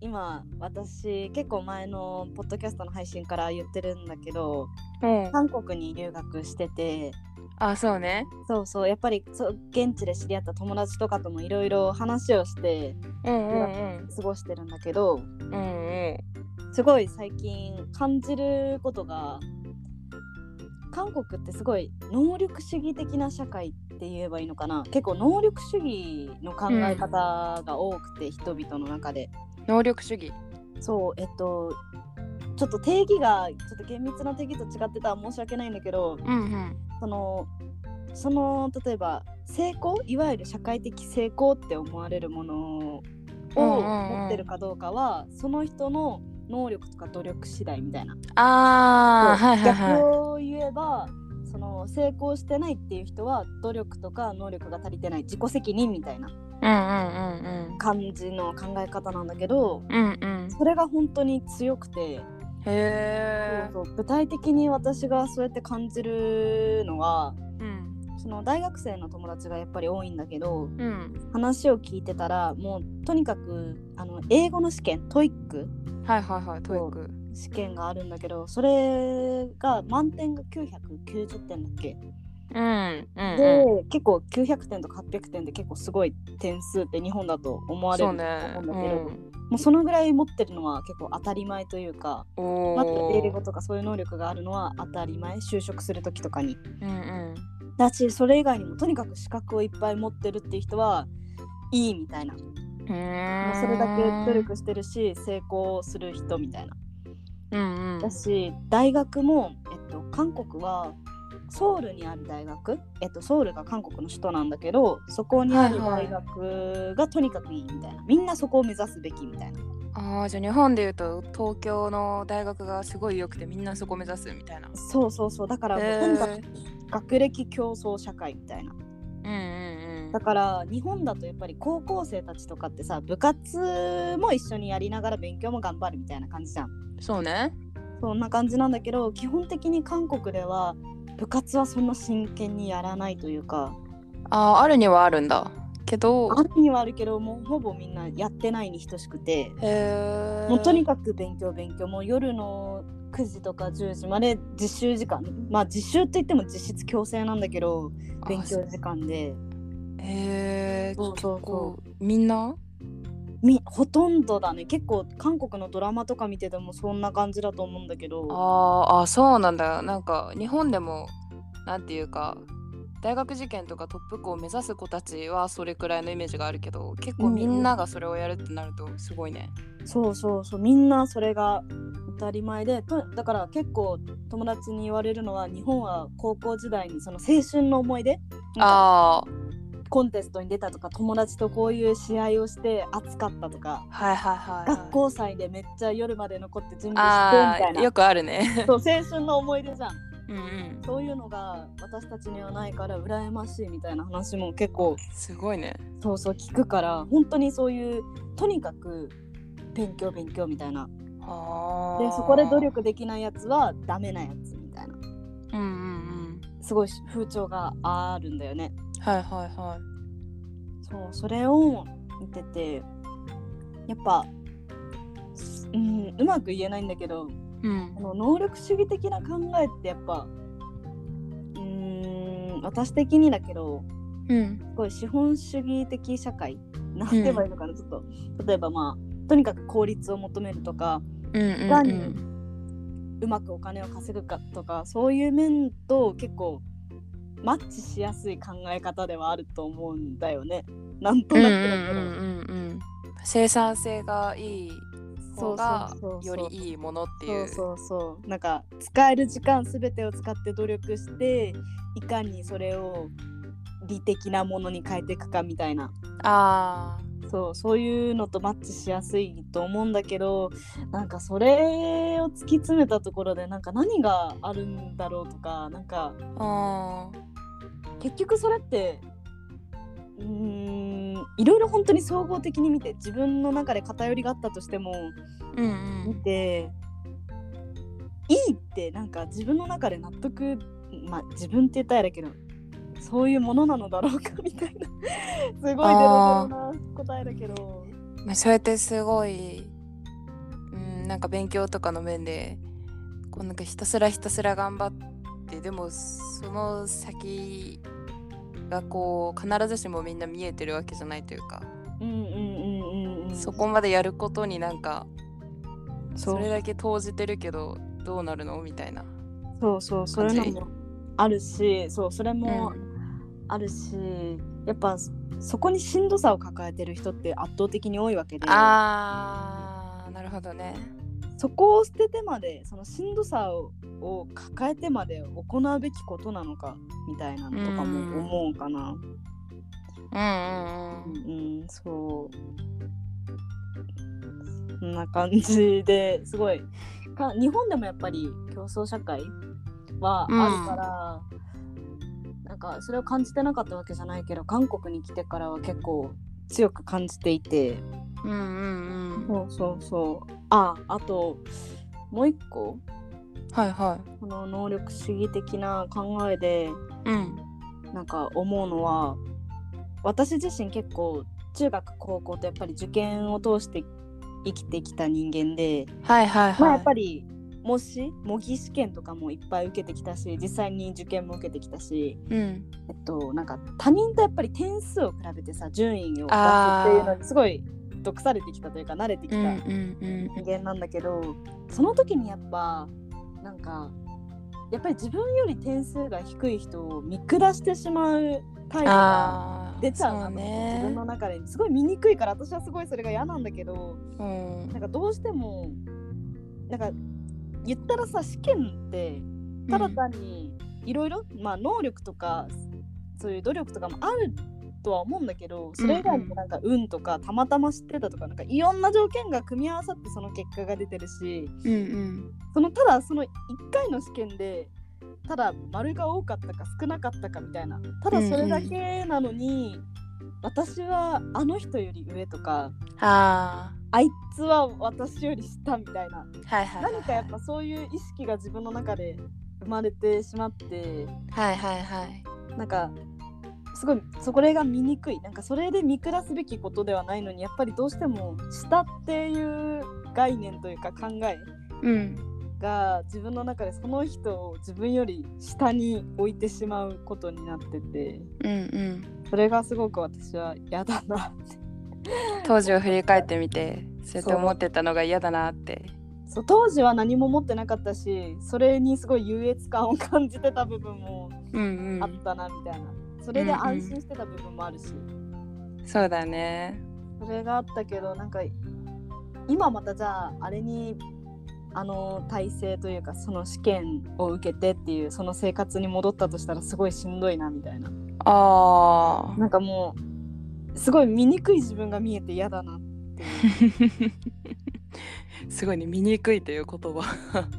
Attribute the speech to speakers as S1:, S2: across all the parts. S1: 今私結構前のポッドキャストの配信から言ってるんだけど
S2: うん、
S1: 韓国に留学してて
S2: あそうね
S1: そうそうやっぱりそう現地で知り合った友達とかともいろいろ話をして
S2: うんうん
S1: 過ごしてるんだけど
S2: うんうんうん
S1: すごい最近感じることが韓国ってすごい能力主義的な社会って言えばいいのかな結構能力主義の考え方が多くて、人々の中で
S2: 能力主義
S1: そうえっとちょっと定義がちょっと厳密な定義と違ってたら申し訳ないんだけど
S2: うんうん
S1: そのその例えば成功いわゆる社会的成功って思われるものを
S2: うんうんうん
S1: 持ってるかどうかはその人の能力とか努力次第みたいな
S2: ああはいはい
S1: 逆
S2: は
S1: を言えばその成功してないっていう人は努力とか能力が足りてない自己責任みたいない
S2: うんうん
S1: 感じの考え方なんだけど
S2: うんうんうんうん
S1: それが本当に強くて、
S2: へえ
S1: そうそう具体的に私がそうやって感じるのは
S2: うん
S1: その大学生の友達がやっぱり多いんだけど
S2: うん
S1: 話を聞いてたらもうとにかくあの英語の試験 TOEIC
S2: はいはいはいトイック
S1: 試験があるんだけどそれが満点が990点だっけ
S2: うんうん
S1: で、
S2: う
S1: 結構900点とか800点で結構すごい点数って日本だと思わ
S2: ん
S1: れ
S2: そう
S1: ると
S2: ね
S1: 思うんだ
S2: う
S1: けど、
S2: ん
S1: もうそのぐらい持ってるのは結構当たり前というか
S2: お
S1: まず英語
S2: ー
S1: とかそういう能力があるのは当たり前就職する時とかに
S2: うんうん
S1: だしそれ以外にもとにかく資格をいっぱい持ってるっていう人はいいみたいなも
S2: うーん
S1: うそれだけ努力してるし成功する人みたいな
S2: うんうん
S1: だし大学も、えっと、韓国はソウルにある大学、えっと、ソウルが韓国の首都なんだけどそこにある
S2: はいはい
S1: 大学がとにかくいいみたいな、みんなそこを目指すべきみたいな
S2: ああじゃあ日本でいうと東京の大学がすごい良くてみんなそこ目指すみたいな。
S1: そうそうそうだからもう
S2: へー
S1: とにかく学歴競争社会みたいな
S2: うんうん
S1: だから日本だとやっぱり高校生たちとかってさ部活も一緒にやりながら勉強も頑張るみたいな感じじゃん
S2: うん。そうね。
S1: そんな感じなんだけど基本的に韓国では部活はそんな真剣にやらないというか
S2: あああるにはあるんだ。けど。
S1: あるにはあるけどもうほぼみんなやってないに等しくて
S2: へえ。
S1: もうとにかく勉強勉強もう夜の9時とか10時まで実習時間まあ実習って言っても実質強制なんだけど
S2: あ
S1: 勉強時間で
S2: へえ。
S1: そうそうそう
S2: 結構みんな
S1: みほとんどだね結構韓国のドラマとか見ててもそんな感じだと思うんだけ
S2: あ
S1: ど
S2: ーあそうなんだ。なんか日本でもなんていうか大学受験とかトップ校を目指す子たちはそれくらいのイメージがあるけど結構みんながそれをやるってなるとすごいね。
S1: そうそうそうみんなそれが当たり前でとだから結構友達に言われるのは日本は高校時代にその青春の思い出なんか
S2: あ
S1: コンテストに出たとか友達とこういう試合をして熱かったとか
S2: あはいはいはい、はい。
S1: 学校祭でめっちゃ夜まで残って準備
S2: あ
S1: してみた
S2: あ
S1: いな
S2: よくあるね。
S1: そう青春の思い出じゃん
S2: うんうん。
S1: そういうのが私たちにはないから羨ましいみたいな話も結構
S2: すごいね。
S1: そうそう聞くから本当にそういうとにかく勉強勉強みたいな
S2: あ
S1: でそこで努。力できないやつはダメなやつみたいな
S2: うんうん
S1: すごい風潮があるんだよね
S2: うん。はいはいはい。
S1: そうそれを見ててやっぱ、すうん、うまく言えないんだけど
S2: うん
S1: あ。の能力主義的な考えってやっぱうーん私的にだけど
S2: うん。
S1: すごい資本主義的社会なんて言えばいいのかな、ちょっと例えばまあとにかく効率を求めるとか
S2: うんうん
S1: いかにうまくお金を稼ぐかとかそういう面と結構マッチしやすい考え方ではあると思うんだよねなんと
S2: うんうん
S1: な
S2: う
S1: くだけど。
S2: んうん。生産性がいい
S1: そ
S2: 方
S1: う
S2: が
S1: そうそう
S2: よりいいものって
S1: そ
S2: いうう。
S1: そうそうなんか使える時間全てを使って努力していかにそれを理的なものに変えていくかみたいな
S2: あ
S1: そうそういうのとマッチしやすいと思うんだけどなんかそれを突き詰めたところでなんか何があるんだろうとかなんか
S2: あ。
S1: 結局それってうーんいろいろ本当に総合的に見て自分の中で偏りがあったとしても
S2: うんう
S1: 見
S2: ん。
S1: ていいってなんか自分の中で納得まあ自分って言ったらあれだけどそういうものなのだろうかみたいな すごいデロデロな答えだけど
S2: まあそうやってすごいうんなんか勉強とかの面でこうなんかひたすらひたすら頑張ってでもその先がこう必ずしもみんな見えてるわけじゃないというか、
S1: うんうんうんうんうん
S2: そこまでやることになんか
S1: そう
S2: それだけ投じてるけどどうなるのみたいな。
S1: そうそうそれ
S2: 感
S1: の
S2: じ
S1: もあるしそうそれも
S2: う
S1: あるし、やっぱそこにしんどさを抱えてる人って圧倒的に多いわけで
S2: あーなるほどね。
S1: そこを捨ててまでそのしんどさをを抱えてまで行うべきことなのかみたいなのとかも思うかな。
S2: うんうんうん。
S1: うん、うん、そう。こんな感じですごいか日本でもやっぱり競争社会は
S2: うん
S1: あるから、なんかそれを感じてなかったわけじゃないけど韓国に来てからは結構強く感じていて
S2: うんうんうん。
S1: そうそうそうああともう一個
S2: はいは
S1: この能力主義的な考えで
S2: い。うん。
S1: なんか思うのは私自身結構中学高校とやっぱり受験を通して生きてきた人間で、
S2: はいはいはい。
S1: まあやっぱり模試模擬試験とかもいっぱい受けてきたし実際に受験も受けてきたし、
S2: うん。
S1: えっと、なんか他人とやっぱり点数を比べてさ順位を出すっていうのにすごい毒されてきたというか慣れてき
S2: う
S1: た
S2: んうん
S1: 人間なんだけどその時にやっぱなんかやっぱり自分より点数が低い人を見下してしまう態度
S2: うん。
S1: が
S2: ああ。
S1: 出ちゃうな
S2: そ
S1: と
S2: ね。
S1: 自分の中ですごい醜いから私はすごいそれが嫌なんだけど
S2: うん
S1: なんかどうしてもなんか言ったらさ試験ってただ単にいろいろまあ能力とかそういう努力とかもあるとは思うんだけどそれ以外にもなんか運とかたまたま知ってたとかなんかいろんな条件が組み合わさってその結果が出てるし
S2: うんうん
S1: そのただその1回の試験でただ丸が多かったか少なかったかみたいなただそれだけなのに、私はあの人より上とか
S2: うん。あ
S1: あいつは私より下みたいな
S2: あ。はいはいはい。
S1: 何かやっぱそういう意識が自分の中で生まれてしまって
S2: はいはいはい。
S1: なんかすごいそこれが醜いなんかそれで見下すべきことではないのにやっぱりどうしても下っていう概念というか考え
S2: うん。
S1: が自分の中でその人を自分より下に置いてしまうことになってて
S2: うんうん。
S1: それがすごく私は嫌だな って
S2: 当時を振り返ってみて、そうやって思ってたのが嫌だなって。
S1: そう当時は何も持ってなかったしそれにすごい優越感を感じてた部分も
S2: うんう
S1: あ
S2: ん
S1: っ。たなみたいな、それで安心してた部分もあるし、
S2: そうだね。
S1: それがあったけどなんか今またじゃああれにあの体制というかその試験を受けてっていうその生活に戻ったとしたらすごいしんどいなみたいな
S2: あ あ。
S1: なんかもうすごい醜い自分が見えて嫌だなっていう
S2: すごいね、醜いという言葉。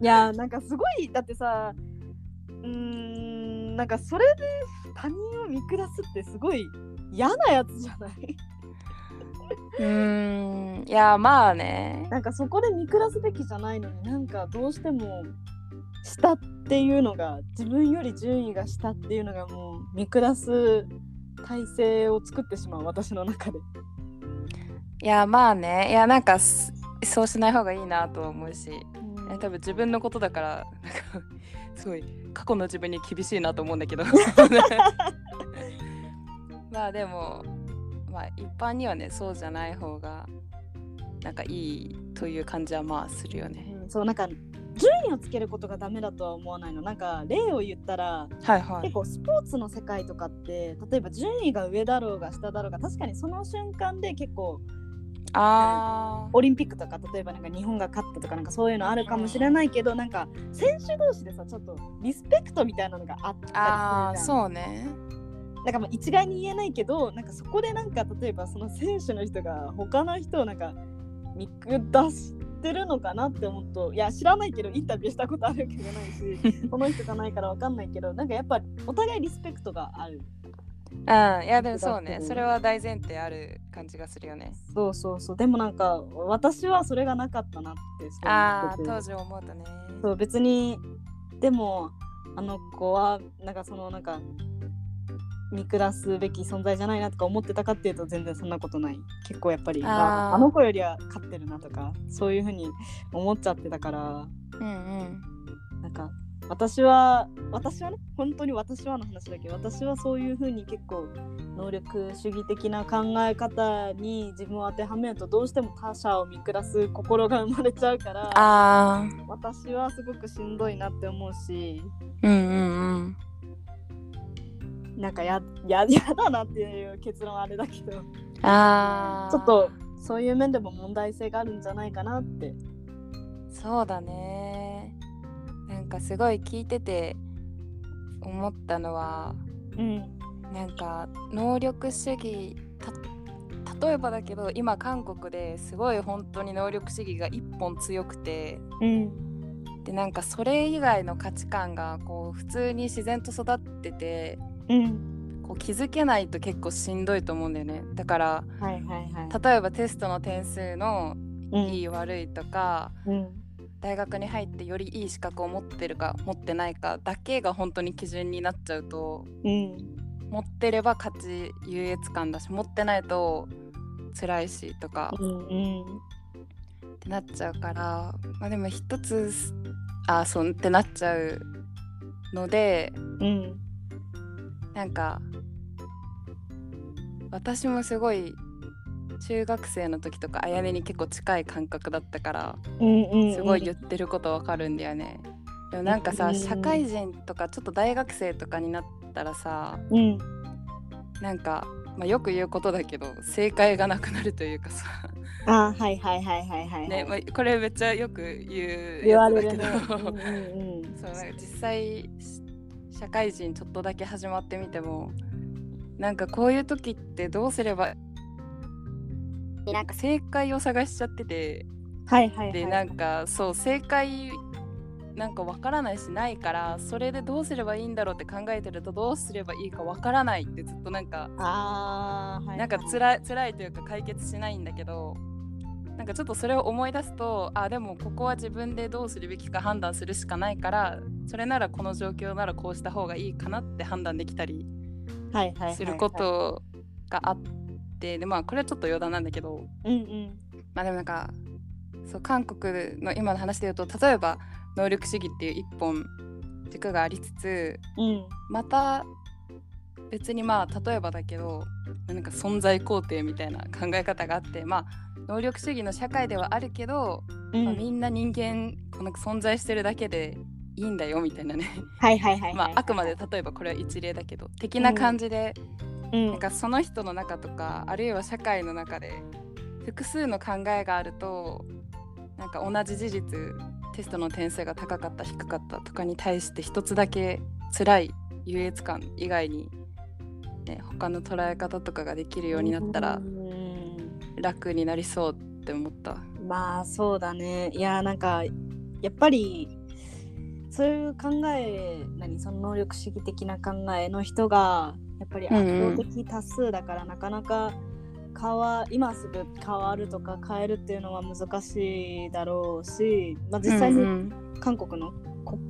S1: いやーなんかすごいだってさうーんなんかそれで他人を見下すってすごい嫌なやつじゃない
S2: うーん。いや、まあね。
S1: なんかそこで見下すべきじゃないのになんかどうしても下っていうのが自分より順位が下っていうのがもう見下す体制を作ってしまう私の中で
S2: いや、まあね。いや、なんかす、そうしない方がいいなとは思うし、え多分自分のことだから、なんか、 すごい、過去の自分に厳しいなと思うんだけど。 まあでも、まあ一般にはね、そうじゃない方が、なんかいいという感じはまあするよね。
S1: うんそうなんか順位をつけることがダメだとは思わないのなんか例を言ったら
S2: はいは
S1: 結
S2: い。
S1: 構スポーツの世界とかって例えば順位が上だろうが下だろうが確かにその瞬間で結構
S2: ああ。
S1: オリンピックとか例えばなんか日本が勝ったとかなんかそういうのあるかもしれないけどなんか選手同士でさちょっとリスペクトみたいなのがあったりするじゃ
S2: あ
S1: ん
S2: あ、そうね。
S1: なんかまあ一概に言えないけどなんかそこでなんか例えばその選手の人が他の人をなんか見下してるのかなって思うといや知らないけどインタビューしたことあるわけじゃない しこの人がないからわかんないけどなんかやっぱお互いリスペクトがある
S2: うん、いやでもそう
S1: だっ
S2: ね
S1: て
S2: それは大前提ある感じがするよね
S1: そうそうそうでもなんか私はそれがなかったなってすごい思
S2: あ
S1: っ
S2: あ
S1: てて
S2: 当時思うとね
S1: そう別にでもあの子はなんかそのなんか見下すべき存在じゃないなとか思ってたかっていうと全然そんなことない結構やっぱり
S2: あー
S1: ああの子よりは勝ってるなとかそういうふうに思っちゃってたから
S2: うん
S1: なんか私は私はね本当に私はの話だけど私はそういうふうに結構能力主義的な考え方に自分を当てはめるとどうしても他者を見下す心が生まれちゃうから
S2: あー
S1: 私はすごくしんどいなって思うし
S2: うんうんうん
S1: なんかや ややだなっていう結論はあれだけど
S2: あー
S1: ちょっとそういう面でも問題性があるんじゃないかなって
S2: そうだねなんかすごい聞いてて思ったのは
S1: うん
S2: なんか能力主義た例えばだけど今韓国ですごい本当に能力主義が一本強くて
S1: うん
S2: でなんかそれ以外の価値観がこう普通に自然と育ってて
S1: うん
S2: こう気づけないと結構しんどいと思うんだよねだから
S1: はいはいはい
S2: 例えばテストの点数の
S1: うん
S2: いい悪いとか
S1: うん
S2: 大学に入ってよりいい資格を持ってるか持ってないかだけが本当に基準になっちゃうと
S1: うん
S2: 持ってれば勝ち優越感だし持ってないと辛いしとか
S1: うんうん
S2: ってなっちゃうからまあでも一つあそうってなっちゃうので
S1: うん
S2: なんか私もすごい中学生の時とかあやねに結構近い感覚だったから
S1: うんうんうん
S2: すごい言ってることわかるんだよね。でもなんか
S1: う
S2: さ
S1: ん
S2: 社会人とかちょっと大学生とかになったらさ
S1: うん
S2: なんか、まあ、よく言うことだけど正解がなくなるというかさ、
S1: あーはいはいはいはいはい、はい
S2: ねまあ、これめっちゃよく言う
S1: 言
S2: や
S1: わ
S2: つだ
S1: れ
S2: け
S1: る
S2: ど
S1: ね、うん うんうん
S2: そうなんか実際し社会人ちょっとだけ始まってみてもなんかこういう時ってどうすればなんか正解を探しちゃってて
S1: はいはいはい
S2: でなんかそう正解なんかわからないしないからそれでどうすればいいんだろうって考えてるとどうすればいいかわからないってずっとなんか
S1: あーはい
S2: なんか
S1: はい
S2: 辛い辛いというか解決しないんだけどなんかちょっとそれを思い出すとあでもここは自分でどうするべきか判断するしかないからそれならこの状況ならこうした方がいいかなって判断できたり
S1: はいはいはいはい
S2: することがあってでまあこれはちょっと余談なんだけど
S1: うんうん
S2: まあでもなんかそう韓国の今の話で言うと例えば能力主義っていう一本軸がありつつ
S1: うん
S2: また別にまあ例えばだけどなんか存在肯定みたいな考え方があってまあ能力主義の社会ではあるけど、
S1: うん
S2: まあみんな人間この存在してるだけでいいんだよみたいなね
S1: はいはいはいはい
S2: まああくまで例えばこれは一例だけど的な感じで、
S1: うん
S2: なんかその人の中とかあるいは社会の中で複数の考えがあるとなんか同じ事実テストの点数が高かった低かったとかに対して一つだけ辛い優越感以外に、ね、他の捉え方とかができるようになった
S1: う
S2: ら
S1: ん
S2: 楽になりそうって思った。
S1: まあそうだねいやなんかやっぱりそういう考え何その能力主義的な考えの人がやっぱり圧倒的多数だから、なかなか変わ今すぐ変わるとか変えるっていうのは難しいだろうし、まあ、実際
S2: う
S1: に
S2: ん
S1: 韓国のこ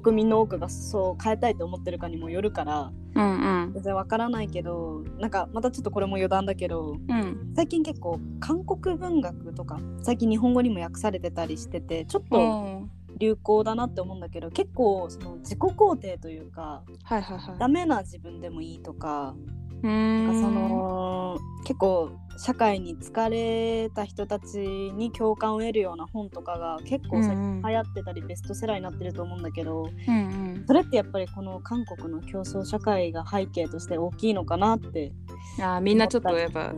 S1: 国民の多くがそう変えたいと思ってるかにもよるから
S2: うんうん
S1: 全然わからないけどなんかまたちょっとこれも余談だけど
S2: うん
S1: 最近結構韓国文学とか最近日本語にも訳されてたりしててちょっ
S2: うん
S1: と流行だなって思うんだけど結構その自己肯定というか
S2: はいはいは
S1: ダ
S2: い。
S1: メな自分でもいいとか
S2: う
S1: なんか
S2: ん
S1: その結構社会に疲れた人たちに共感を得るような本とかが結構最
S2: う
S1: 近
S2: んうん
S1: 流行ってたりベストセラーになってると思うんだけど
S2: うん
S1: それってやっぱりこの韓国の競争社会が背景として大きいのかなって
S2: うん、あーみんなちょっとやっぱ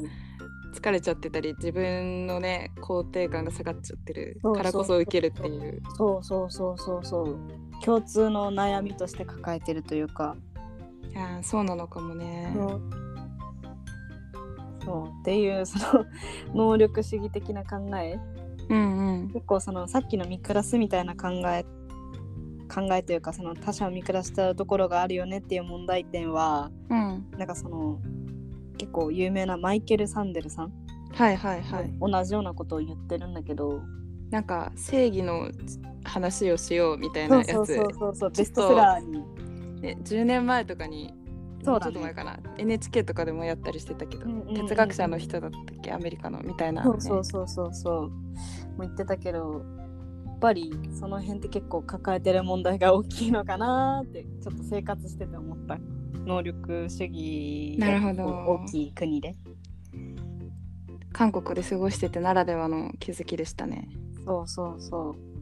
S2: 疲れちゃってたり自分のね肯定感が下がっちゃってる
S1: そう
S2: からこ
S1: そ
S2: そう受けるっていう
S1: そうそうそうそうそう共通の悩みとして抱えてるというか、
S2: あーそうなのかもね
S1: そうそうっていうその能力主義的な考え
S2: うんうん
S1: 結構そのさっきの見下すみたいな考え考えというかその他者を見下したところがあるよねっていう問題点は
S2: うん
S1: なんかその結構有名なマイケル・サンデルさん、
S2: はいはいはい
S1: 同じようなことを言ってるんだけど
S2: なんか正義の話をしようみたいな
S1: そう
S2: やつ
S1: そうそうそうそう
S2: ちょ
S1: ベ
S2: っと
S1: ストセラーに
S2: ね10年前とかに
S1: そう
S2: ち
S1: だ
S2: ょっと前
S1: ね。
S2: かな NHK とかでもやったりしてたけど、
S1: うんうんうん
S2: 哲学者の人だったっけアメリカのみたいな、ね、
S1: そうそうそうそうそう。もう言ってたけど、やっぱりその辺って結構抱えてる問題が大きいのかなーって、ちょっと生活してて思った。能力主義が
S2: なるほど
S1: 大きい国で。
S2: 韓国で過ごしててならではの気づきでしたね
S1: そうそうそう。